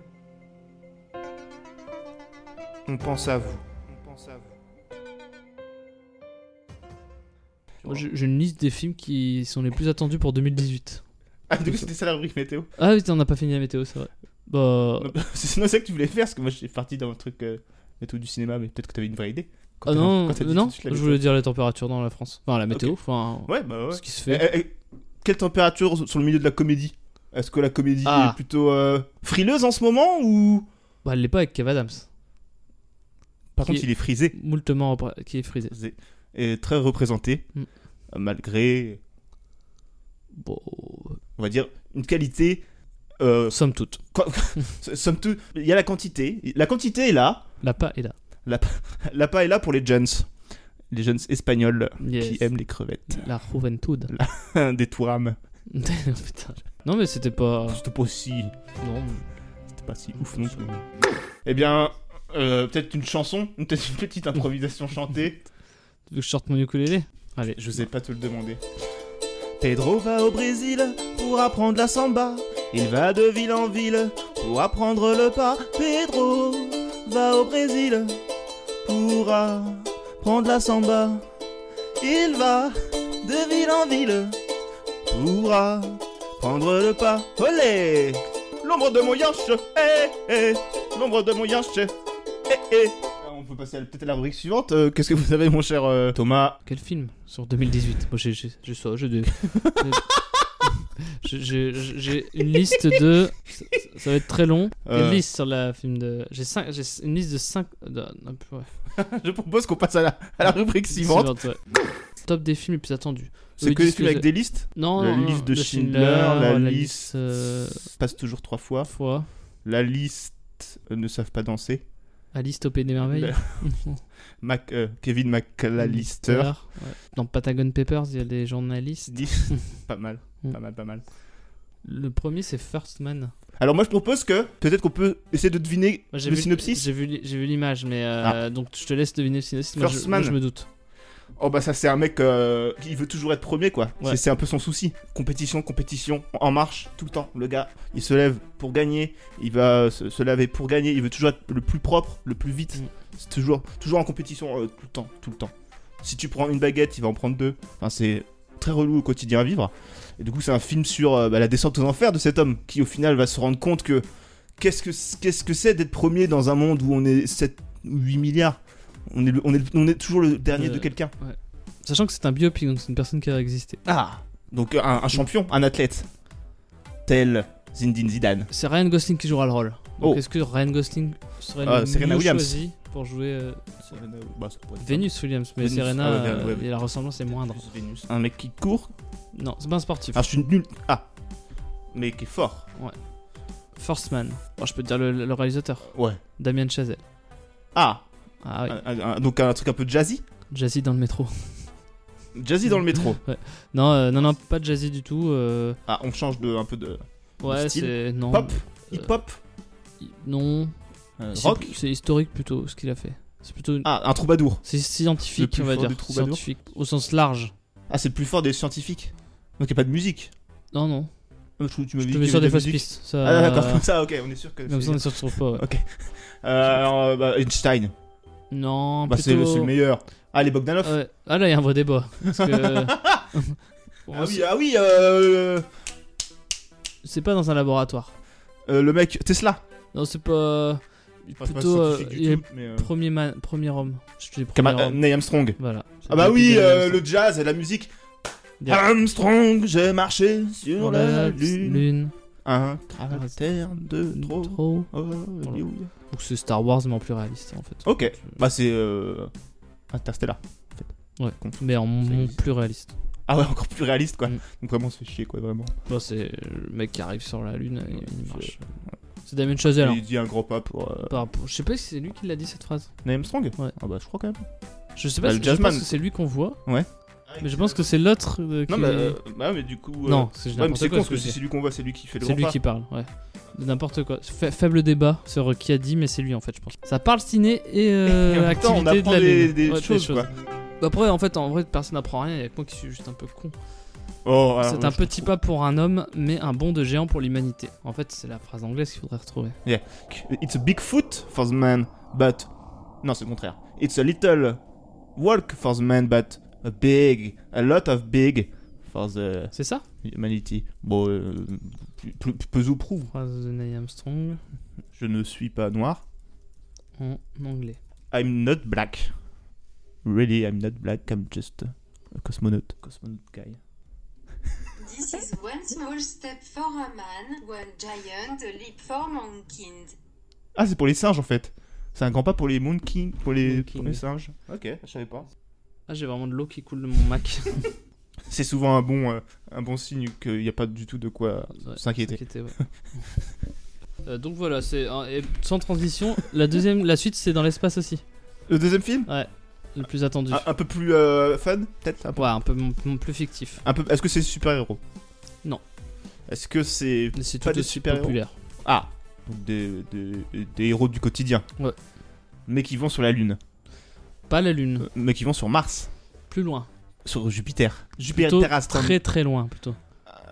on pense à vous. On pense à vous. Moi, j'ai j'ai une liste des films qui sont les plus attendus pour 2018. Ah, du coup, c'était ça la rubrique météo. Ah oui, on n'a pas fini la météo, c'est vrai. Bah. Non, C'est non, c'est ça que tu voulais faire, parce que moi, j'étais parti dans un truc euh, météo du cinéma, mais peut-être que t'avais une vraie idée. Quand Ah t'as- non, quand t'as dit euh, non, tout de suite la je météo. voulais dire la température dans la France. Enfin, la météo, enfin. Ouais, bah ouais. Ce qui se Eh, fait. eh, eh, quelle température sur le milieu de la comédie Est-ce que la comédie Ah. est plutôt euh, frileuse en ce moment ou. Bah, elle l'est pas avec Kev Adams. Par Qui contre, est- il est frisé. Moultement repré- qui est frisé. Et très représenté. Mm. euh, Malgré, Bon. on va dire, une qualité. euh, Somme toute. somme toute, il y a la quantité. La quantité est là. La pas est là. L'appât est là pour les jeunes. Les jeunes espagnols Yes. qui aiment les crevettes. La Juventud. Des tourames. Putain. Non, mais c'était pas. C'était pas si. Non. C'était pas si ouf non plus. Eh bien, euh, peut-être une chanson Peut-être une petite improvisation chantée Tu veux que je sorte mon ukulélé Allez. Je sais pas te le demander. Pedro va au Brésil pour apprendre la samba. Il va de ville en ville pour apprendre le pas. Pedro va au Brésil pour apprendre la samba. Il va de ville en ville pour apprendre le pas. Olé L'ombre de mon yacht, eh eh L'ombre de mon yacht, eh eh On peut passer à- peut-être à la rubrique suivante. Euh, Qu'est-ce que vous avez, mon cher euh, Thomas Quel film sur 2018 Moi, j'ai j'ai- j'ai ça, j'ai des- j'ai- j'ai- j'ai- j'ai une liste de. Ça, ça va être très long. Euh. Une liste sur la film de. J'ai cinq- j'ai une liste de 5. Je propose qu'on passe à la, à la rubrique suivante. Top des films les plus attendus. C'est Eux que les disent films avec je- des listes Non, La non, non, liste de Schindler, la, liste. euh, passe toujours trois fois. Fois. La liste euh, ne savent pas danser. Alice au Pays des Merveilles. Mac, euh, Kevin McAllister. Ouais. Dans Patagon Papers, il y a des journalistes. Dix. pas mal, Mm. pas mal, pas mal. Le premier, c'est First Man. Alors moi je propose que peut-être qu'on peut essayer de deviner Moi, le vu- synopsis. Ah. J'ai vu, li- j'ai vu l'image, mais euh, donc je te laisse deviner le synopsis. Moi, First je, moi, Man. je me doute. Oh bah ça c'est un mec euh, qui veut toujours être premier quoi. Ouais. C'est- C'est un peu son souci. Compétition, compétition, en marche tout le temps. Le gars, il se lève pour gagner, il va se, se laver pour gagner, il veut toujours être le plus propre, le plus vite. Mm. C'est toujours toujours en compétition euh, tout le temps, tout le temps. Si tu prends une baguette, il va en prendre deux. Enfin c'est très relou au quotidien à vivre. Et du coup c'est un film sur euh, bah, la descente aux enfers de cet homme qui au final va se rendre compte que qu'est-ce que c- qu'est-ce que c'est d'être premier dans un monde où on est 7 8 milliards. On est, le- on, est, le- on est toujours le dernier Euh, de quelqu'un. Sachant que c'est un biopic, donc c'est une personne qui a existé. Ah Donc un, un champion, un athlète. Tel Zindine Zidane. C'est Ryan Gosling qui jouera le rôle. Donc Oh. est-ce que Ryan Gosling serait Ah, le Serena mieux Williams. choisi pour jouer euh, Serena, bah, ça pourrait être Vénus Williams, mais Vénus, Serena, ah ouais, ouais, euh, ouais. et la ressemblance est moindre. plus Vénus. Un mec qui court. Non, c'est pas un sportif. Ah, je suis nul. Ah Mais qui est fort. Forceman. Bon, Oh, je peux te dire le, le réalisateur. Ouais. Damien Chazelle. Ah Ah oui, un- un- un- Donc un truc un peu jazzy Jazzy dans le métro. Jazzy dans le métro. Non, euh, non, non, pas Jazzy du tout. euh, Ah, on change de, un peu de Ouais, style c'est. Non. pop, hip-hop, i- Non. euh, C'est- rock. C'est historique plutôt ce qu'il a fait. C'est plutôt. une- Ah, un troubadour. C'est scientifique, Le plus on va fort dire. des troubadours. Scientifique, au sens large. Ah, c'est le plus fort des scientifiques. Donc il n'y a pas de musique. Non, non. Euh, Tu, tu m'avais Je dit te qu'il mets y sur avait des de la fausses musique. pistes. euh, Ça, Ah, d'accord, comme ça, ok, on est sûr que. Même c'est- si on ne se retrouve pas, ouais. Euh, alors, euh, bah, Einstein, Non, bah, c'est le- plutôt- c'est le meilleur. Ah, les Bogdanov Ouais. Ah là, il y a un vrai débat. Parce que... Bon, Ah oui, c'est- ah oui, euh, C'est pas dans un laboratoire. euh, le mec Tesla. Non, c'est pas. Enfin, c'est pas Plutôt. euh, scientifique du il est tout, mais, euh, premier, man- premier homme. Je te dis premier Kama- euh, homme. Neil Armstrong. Voilà. Ah bah oui, C'était euh, Neil le jazz et la musique. Bien. Armstrong, j'ai marché sur Armstrong. la lune. Lune. Ah, Un cratère de trop. Trop. Oh, Hollywood. Ou c'est Star Wars, mais en plus réaliste, en fait. Ok, bah c'est euh, Interstellar. Mais en Ça mon existe. plus réaliste. Ah ouais, encore plus réaliste quoi. Mm. Donc vraiment, c'est chier quoi, vraiment. Bon, c'est le mec qui arrive sur la lune, et il c'est- marche. C'est Damien Chazelle. hein. Il dit un gros pas pour euh, Par rapport- Je sais pas si c'est lui qui l'a dit cette phrase. Neil Armstrong. Ouais. Ah bah je crois quand même. Je sais pas Bah, si le je pense jazzman. que c'est lui qu'on voit, mais je pense que c'est. c'est l'autre euh, qui. Non, mais, euh, bah, mais du coup. euh, Non, c'est Ouais, mais n'importe c'est quoi. con, ce parce que je si dis. c'est lui qu'on voit, c'est lui qui fait le C'est lui repas. qui parle, ouais. De n'importe quoi. Fa- faible débat sur qui a dit, mais c'est lui en fait, je pense. Ça parle ciné et, euh, Et en même activité temps, on apprend de la des, lune. des Ouais, choses, quoi. Après, en fait, en vrai, personne n'apprend rien. Il y a que moi qui suis juste un peu con. Oh, alors, c'est moi, un je petit pas pour un homme, mais un bond de géant pour l'humanité. En fait, c'est la phrase anglaise qu'il faudrait retrouver. trouve- It's a big foot for the man, but. Non, c'est le contraire. It's a little walk for the man, but a big, a lot of big for the C'est ça humanity. Bon, euh, plus- plus- peu ou prou, Phrase de Neil Armstrong je ne suis pas noir. en anglais. I'm not black. Really, I'm not black, I'm just a cosmonaut. Cosmonaut guy. This is one small step for a man, one giant leap for mankind. Ah, c'est pour les singes en fait. C'est un grand pas pour les monkey, pour les, Monkey. pour les singes. Ok, je savais pas. Ah, j'ai vraiment de l'eau qui coule de mon Mac. C'est souvent un bon, euh, un bon signe qu'il n'y a pas du tout de quoi Ouais, s'inquiéter. s'inquiéter, ouais. Euh, donc voilà, c'est un- et sans transition. La deuxième, la suite, c'est dans l'espace aussi, Le deuxième film le plus attendu. un, un peu plus euh, fun, peut-être un peu, Ouais, un peu mon- mon plus fictif. un peu- Est-ce que c'est super-héros Non. Est-ce que c'est. Mais c'est Pas tout des aussi super-héros. populaire. Ah Donc des, des, des héros du quotidien. Ouais. Mais qui vont sur la Lune. Pas la Lune, Euh, Mais qui vont sur Mars. plus loin. Sur Jupiter. Jupiter Plutôt Astra- très très loin, plutôt.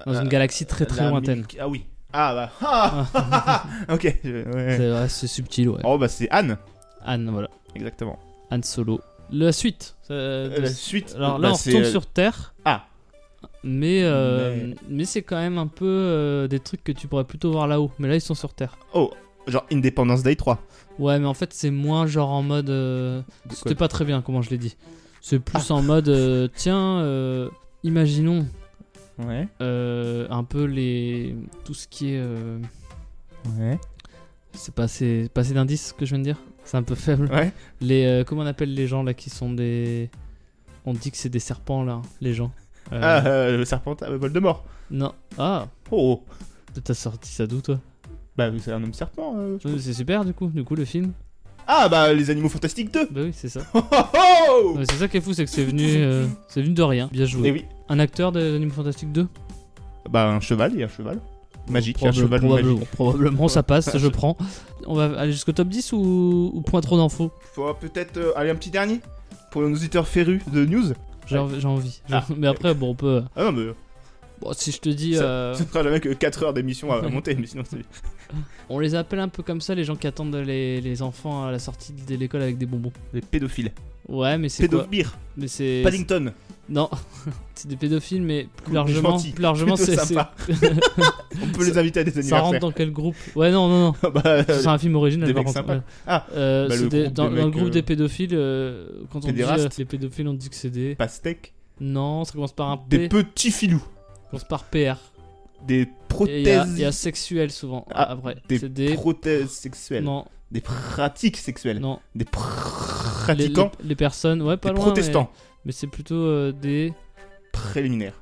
Dans euh, une galaxie très très la lointaine. Milky- Ah oui. Ah bah. Ah ok. je- ouais. C'est ouais, c'est subtil, ouais. Oh bah c'est Anne. Anne, voilà. Exactement. Anne Solo. La suite. euh, Euh, de- la suite. Alors bah, là, on c'est, retourne euh, sur Terre. Ah. Mais, euh, mais... c'est quand même un peu euh, des trucs que tu pourrais plutôt voir là-haut. Mais là, ils sont sur Terre. Oh, genre Independence Day 3. Ouais, mais en fait, c'est moins genre en mode. euh, De quoi Ah. C'était pas très bien comment je l'ai dit. C'est plus en mode. euh, tiens, euh, imaginons Ouais, euh, un peu les. Tout ce qui est. euh, ouais. C'est pas assez, pas assez d'indices ce que je viens de dire C'est un peu faible. Ouais. Les, euh, comment on appelle les gens là qui sont des. On dit que c'est des serpents là, les gens. Euh, Ah, euh, le serpent, ah, Voldemort. Non. Ah Oh, T'as sorti ça d'où toi bah c'est un homme serpent. euh, je- C'est super du coup, du coup le film. Ah, bah les animaux fantastiques 2. Bah oui, c'est ça. Oh, oh, oh Non, mais c'est ça qui est fou, c'est que c'est venu, euh, c'est venu de rien. Bien joué. Et oui. Un acteur de l'Animaux Fantastiques 2 Bah un cheval, il y a un cheval. Magique, il y a un Probable- cheval probablement, magique. probablement, ça passe, je prends. On va aller jusqu'au top 10 ou, ou point trop d'infos Faut peut-être euh, aller un petit dernier pour nos auditeurs férus de news. J'ai envie. j'ai envie. Ah. Mais après, bon, on peut. Ah non, mais euh, Bon, si je te dis. Ça- euh, ça ne fera jamais que 4 heures d'émission à monter, mais sinon c'est. On les appelle un peu comme ça les gens qui attendent les, les enfants à la sortie de l'école avec des bonbons. Les pédophiles. Ouais, mais c'est quoi Pédophiles. Mais c'est Paddington. non, c'est des pédophiles, mais plus Cool, largement, gentil, plus largement, plutôt c'est sympa. c'est- On peut les inviter à des ça rentre anniversaires. dans quel groupe Ouais, non, non, non. bah, euh, C'est un film original. des par mecs contre, sympas. ouais. Ah, Euh, bah, c'est le des- groupe dans, des dans le mecs, groupe des euh, pédophiles, euh, quand on dit euh, pédérastes. les pédophiles, on dit que c'est des. pastèque. Non, ça commence par un P, Des petits filous. ça commence par PR. Et il Des y a- prothèses. il y, a sexuel souvent Ah, après. des C'est des. prothèses sexuelles. Non, Des pratiques sexuelles. Non, Des pr- les, pratiquants. les- les personnes, ouais, pas des loin. mais- protestants. Mais, c'est plutôt euh, des. Préliminaires.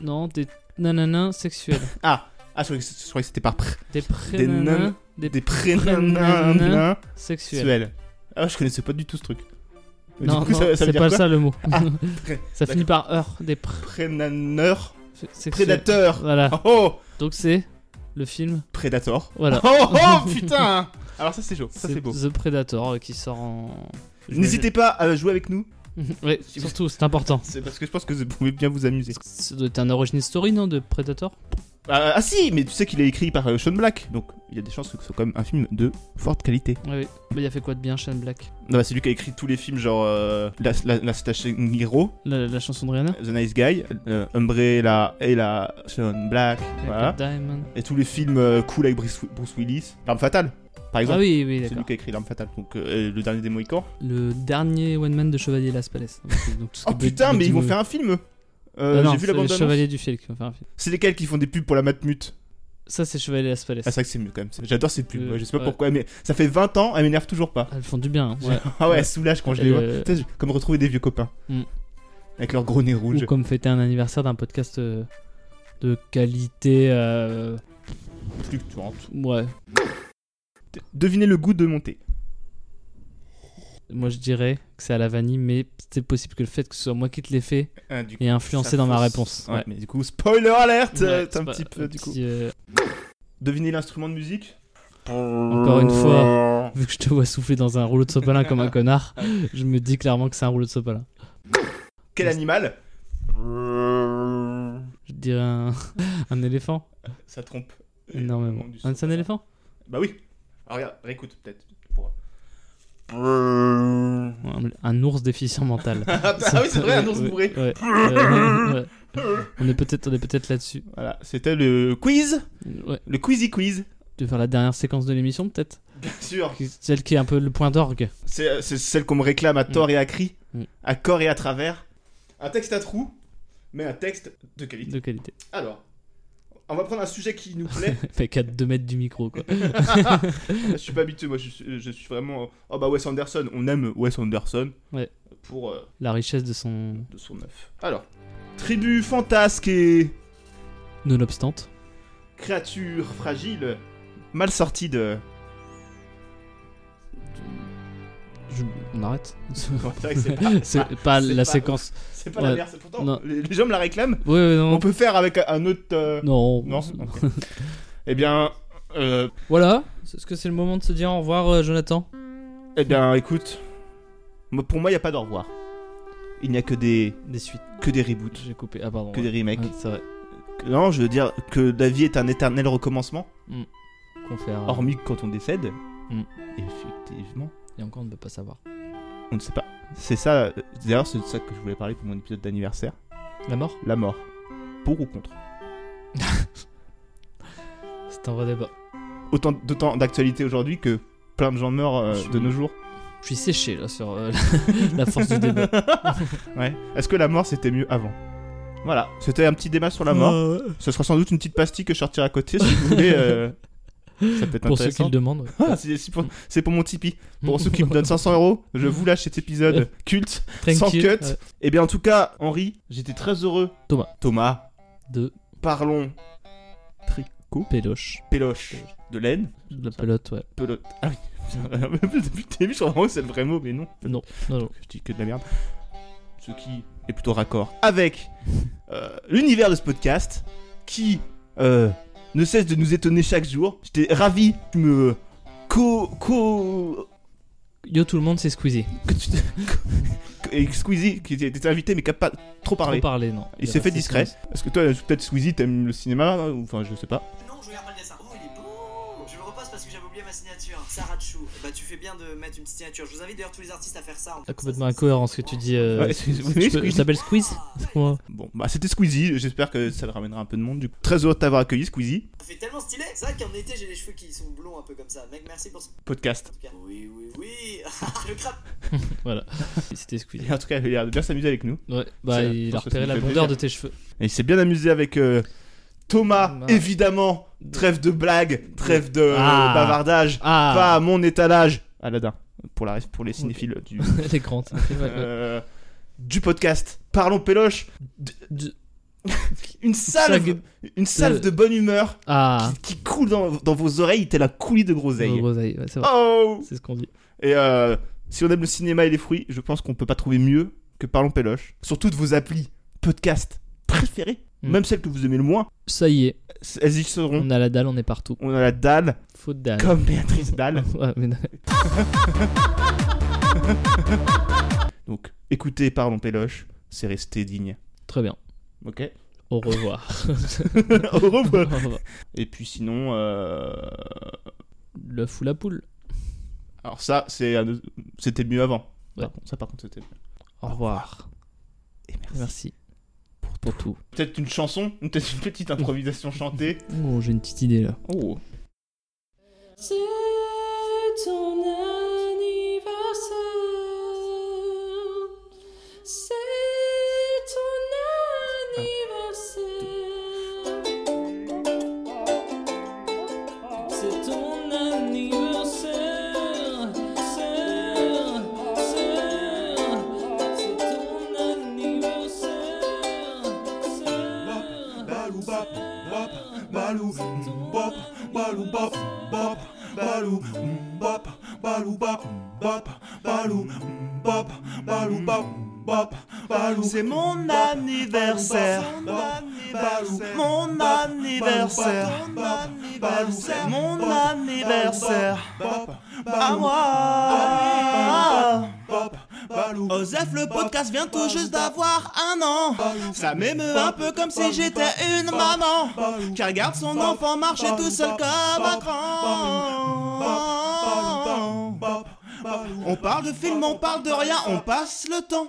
Non, des nananins sexuels. Ah Ah, je croyais que, je croyais que c'était par pr- Des nan- prénanins. Des, Des pré-nananins préliminaires sexuels. sexuelles. Ah, je connaissais pas du tout ce truc. Mais Non, du coup, non, ça, ça veut c'est dire pas quoi ça le mot. Ah, ça finit par heure. Des pr- Prénaneur. sexuels. Prédateur. Voilà. Oh, oh Donc c'est le film. Predator. Voilà. Oh oh putain Alors ça c'est chaud, ça C'est c'est beau. The Predator euh, qui sort en. N'hésitez pas à jouer avec nous, Ouais, surtout, c'est important. c'est parce que je pense que vous pouvez bien vous amuser. Ça doit être un origin story, non, de Predator Ah, ah, si, mais tu sais qu'il est écrit par euh, Sean Black, donc il y a des chances que ce soit quand même un film de forte qualité. Oui, oui. Mais il a fait quoi de bien, Shane Black Non, bah, c'est lui qui a écrit tous les films genre euh, La, la, la Station Hero, la, la chanson de Rihanna The Nice Guy, euh, Umbrella et la Sean Black, Avec voilà. le Diamond. Et tous les films euh, cool avec Bruce, Bruce Willis, L'arme fatale, par Ah exemple. oui, oui, c'est lui d'accord. qui a écrit L'arme fatale, donc euh, et le dernier des Mohicans. Le dernier One Man de Chevalier Las Palais. Donc, tout ce Oh qui est putain, Bloody mais ils vont Movie. faire un film. Ah Euh, non, J'ai vu la c'est bande les annonce. Chevaliers du Fiel qui vont faire un film. C'est lesquels qui font des pubs pour la matmute Ça, c'est Chevalier Las Palais. Ah, c'est vrai que c'est mieux quand même. C'est- J'adore ces pubs. Euh, ouais, je sais pas ouais. pourquoi, mais ça fait 20 ans, elle m'énerve toujours pas. Elles font du bien. hein, ouais. Ah ouais, Ouais. Euh, elle soulage quand je Et les le- vois. Tu sais, je- comme retrouver des vieux copains. Mm. Avec leur gros nez rouge. Ou comme fêter un anniversaire d'un podcast euh, de qualité. euh, Fluctuante. Ouais. De- Devinez le goût de monter. Moi, je dirais que c'est à la vanille, mais c'est possible que le fait que ce soit moi qui te l'ai fait Ah, du coup, ait ça influencé dans ma fausse. réponse. Ouais, Ouais. mais du coup, spoiler alerte Ouais, euh, C'est c'est un pas- petit peu, du coup. petit, euh, Devinez l'instrument de musique Encore une fois. Vu que je te vois souffler dans un rouleau de sopalin comme un connard, Ah je me dis clairement que c'est un rouleau de sopalin. Quel animal Je dirais un, un éléphant. Ça trompe. Énormément. Du Un, son. c'est un éléphant Bah oui. Alors regarde, réécoute peut-être. Pour- Ouais, un, un ours déficient mental. ah oui, c'est vrai, un ours Ouais, bourré. ouais, euh, ouais. On est peut-être peut là-dessus. Voilà, c'était le quiz, Ouais. le quizy quiz. Tu veux faire la dernière séquence de l'émission, peut-être Bien sûr, Qui- Celle qui est un peu le point d'orgue. c'est euh, c'est celle qu'on me réclame à tort et à cri, Mm. à corps et à travers. Un texte à trous, mais un texte de qualité. De qualité. Alors, on va prendre un sujet qui nous plaît. Fait qu'à 2 mètres du micro, quoi. Ah, je suis pas habitué, moi je suis, je suis vraiment. Oh bah Wes Anderson, on aime Wes Anderson Ouais. pour euh, La richesse de son. de son œuf. Alors, tribu fantasque et Nonobstant. créature fragile, mal sortie de. Je- On arrête. C'est vrai que c'est pas, c'est pas Ah, c'est la pas- séquence. c'est pas Ouais. la meilleure, c'est pourtant. Non. Les, les gens me la réclament. Ouais, ouais, non. On peut faire avec un autre. euh, Non. Non Ok. Eh bien. euh, Voilà. Est-ce que c'est le moment de se dire au revoir, euh, Jonathan eh bien, écoute. moi- Pour moi, il n'y a pas d'au revoir. Il n'y a que des. Des suites. Que des reboots. J'ai coupé. Ah, pardon. Que ouais. des remakes. Ouais, c'est vrai. Non, je veux dire que la vie est un éternel recommencement. Qu'on fait. un- Hormis quand on décède. Mm. Effectivement. Et encore, on ne peut pas savoir. On ne sait pas. C'est ça. euh, D'ailleurs, c'est de ça que je voulais parler pour mon épisode d'anniversaire. La mort La mort. Pour ou contre C'est un vrai débat. Autant d'autant d'actualité aujourd'hui que plein de gens meurent euh, Je suis- de nos jours. Je suis séché là sur euh, la force du débat. ouais. Est-ce que la mort c'était mieux avant Voilà, c'était un petit débat sur la mort. Ce sera sans doute une petite pastille que je sortirai à côté si vous voulez. euh, Ça peut être Pour ceux qui intéressant. le demandent. ouais. Ah, c'est c'est pour, c'est pour mon Tipeee. Pour ceux qui me donnent 500 euros, je vous lâche cet épisode culte. Thank sans you. cut. Ouais. Eh bien, en tout cas, Henri, j'étais très heureux. Thomas. Thomas, De parlons péloche. péloche de laine. De la pelote, ouais. Pelote. Ah oui. Depuis le début, je crois vraiment que c'est le vrai mot, mais non. Non, non, non. Je dis que de la merde. Ce qui est plutôt raccord avec euh, l'univers de ce podcast qui euh, ne cesse de nous étonner chaque jour. J'étais ravi que tu me. Co. co. Yo tout le monde, c'est Squeezie. Que tu te- que- et Squeezie qui était était invité mais qui a pas trop parlé. Trop parler, non. Il s'est fait reste discret. silence. Parce que toi, peut-être Squeezie, t'aimes le cinéma ou- Enfin, je sais pas. Non, je regarde pas le dessin. Oh, il est beau Je le repasse parce que j'avais oublié ma signature. Sarah Chou. Bah, tu fais bien de mettre une petite signature. Je vous invite d'ailleurs tous les artistes à faire ça. en fait. C'est complètement incohérent ce que tu dis. Euh... Ouais, c'est- tu oui, peux- Squeezie. je t'appelle Squeeze Moi. Bon, bah c'était Squeezie. J'espère que ça ramènera un peu de monde. Du coup, très heureux de t'avoir accueilli, Squeezie. Ça fait tellement stylé. C'est vrai qu'en été, j'ai les cheveux qui sont blonds un peu comme ça. Mec, merci pour ce. En Podcast. tout cas. Oui, oui, oui Le crabe C'était Squeezie. Et en tout cas, il a l'air de bien s'amurer avec nous. Ouais, bah C'est- je il a pense que ça repéré nous la fait bondeur plaisir. de tes cheveux. Et il s'est bien amusé avec euh, Thomas, Thomas. évidemment. Trêve de blagues, trêve de euh, Ah. bavardage. Pas Ah, à mon étalage. Aladdin. Pour, la, pour les cinéphiles du, les grandes. euh, du podcast. Parlons Péloche. Du- Une salve, Sague- une salve de bonne humeur Ah, qui, qui coule dans, dans vos oreilles telle la coulis de groseille. groseille, ouais, c'est vrai. Oh C'est ce qu'on dit. Et euh, si on aime le cinéma et les fruits, je pense qu'on peut pas trouver mieux que Parlons Péloche. Sur toutes vos applis, podcasts préférés, Mm. même celles que vous aimez le moins, Ça y est, elles y seront. on a la dalle, on est partout. On a la dalle, Faute dalle. Hum. comme Béatrice Dalle. Ouais, mais non. Donc écoutez Parlons Péloche, c'est rester digne. Très bien. Ok Au revoir. Au Au revoir. revoir. Et puis sinon, euh, L'œuf ou la poule. alors ça, c'est un- c'était mieux avant. Ouais. Par contre, ça, par contre, c'était Au revoir. Et merci. Merci. Pour, pour tout. Peut-être une chanson, peut-être une petite improvisation chantée. Oh, j'ai une petite idée là. Oh. C'est ton anniversaire. C'est ton anniversaire. C'est ton anniversaire. Serre, serre. C'est ton anniversaire. Serre, serre. C'est ton C'est mon anniversaire. Mon anniversaire. C'est mon anniversaire. À moi. Osef, le podcast vient tout juste d'avoir un an. Ça m'émeut un peu comme si j'étais une maman qui regarde son enfant marcher tout seul comme un cran. On parle de films, on parle de rien, on passe le temps.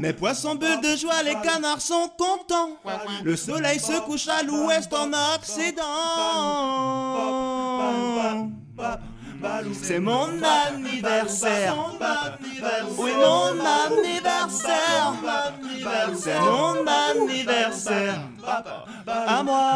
Mes poissons bullent de joie, les canards sont contents. Le soleil se couche à l'ouest en Occident. C'est mon anniversaire. Oui, mon anniversaire. C'est mon anniversaire. À moi.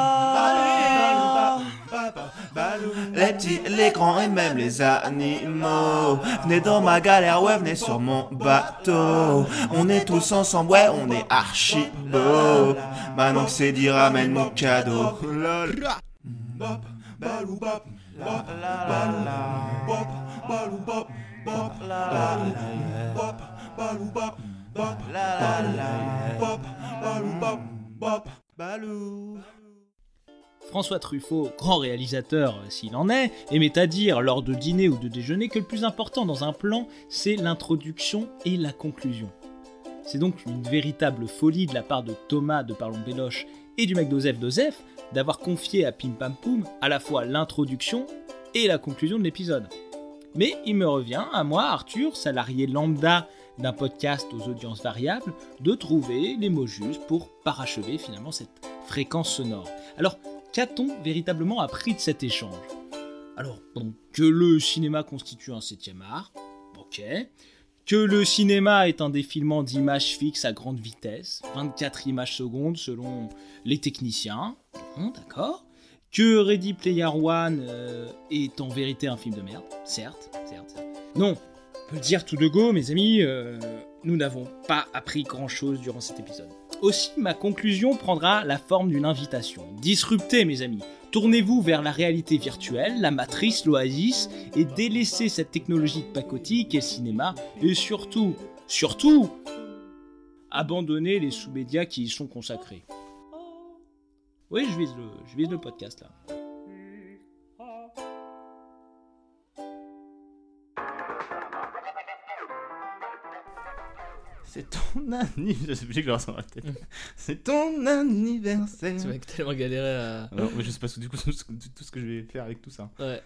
Les petits, les grands et même les animaux. Venez dans ma galère, ouais, venez sur mon bateau. On est tous ensemble, ouais, on est archi beau. Manon que c'est dit, ramène mon cadeau. François Truffaut, grand réalisateur euh, s'il en est, aimait à dire lors de dîner ou de déjeuner que le plus important dans un plan, c'est l'introduction et la conclusion. C'est donc une véritable folie de la part de Thomas de Parlons Béloche et du mec d'Osef d'Osef d'avoir confié à Pim Pam Poum à la fois l'introduction et la conclusion de l'épisode. Mais il me revient, à moi, Arthur, salarié lambda d'un podcast aux audiences variables, de trouver les mots justes pour parachever finalement cette fréquence sonore. Alors, Qu'a-t-on véritablement appris de cet échange Alors, bon, que le cinéma constitue un septième art, ok. Que le cinéma est un défilement d'images fixes à grande vitesse, 24 images secondes selon les techniciens, Bon, d'accord. Que Ready Player One euh, est en vérité un film de merde, certes, certes, certes. Non, on peut le dire tout de go, mes amis, euh, nous n'avons pas appris grand-chose durant cet épisode. Aussi, ma conclusion prendra la forme d'une invitation. Disruptez, mes amis. Tournez-vous vers la réalité virtuelle, la matrice, l'oasis, et délaissez cette technologie de pacotille qu'est le cinéma, et surtout, surtout, abandonnez les sous-médias qui y sont consacrés. Oui, je vise le, je vise le podcast là. C'est ton anniversaire. Je suis obligé que je le ressens dans la tête. C'est ton anniversaire. Mm. Tu vas tellement galérer à. Alors, mais je sais pas ce- du coup tout ce que je vais faire avec tout ça. Ouais.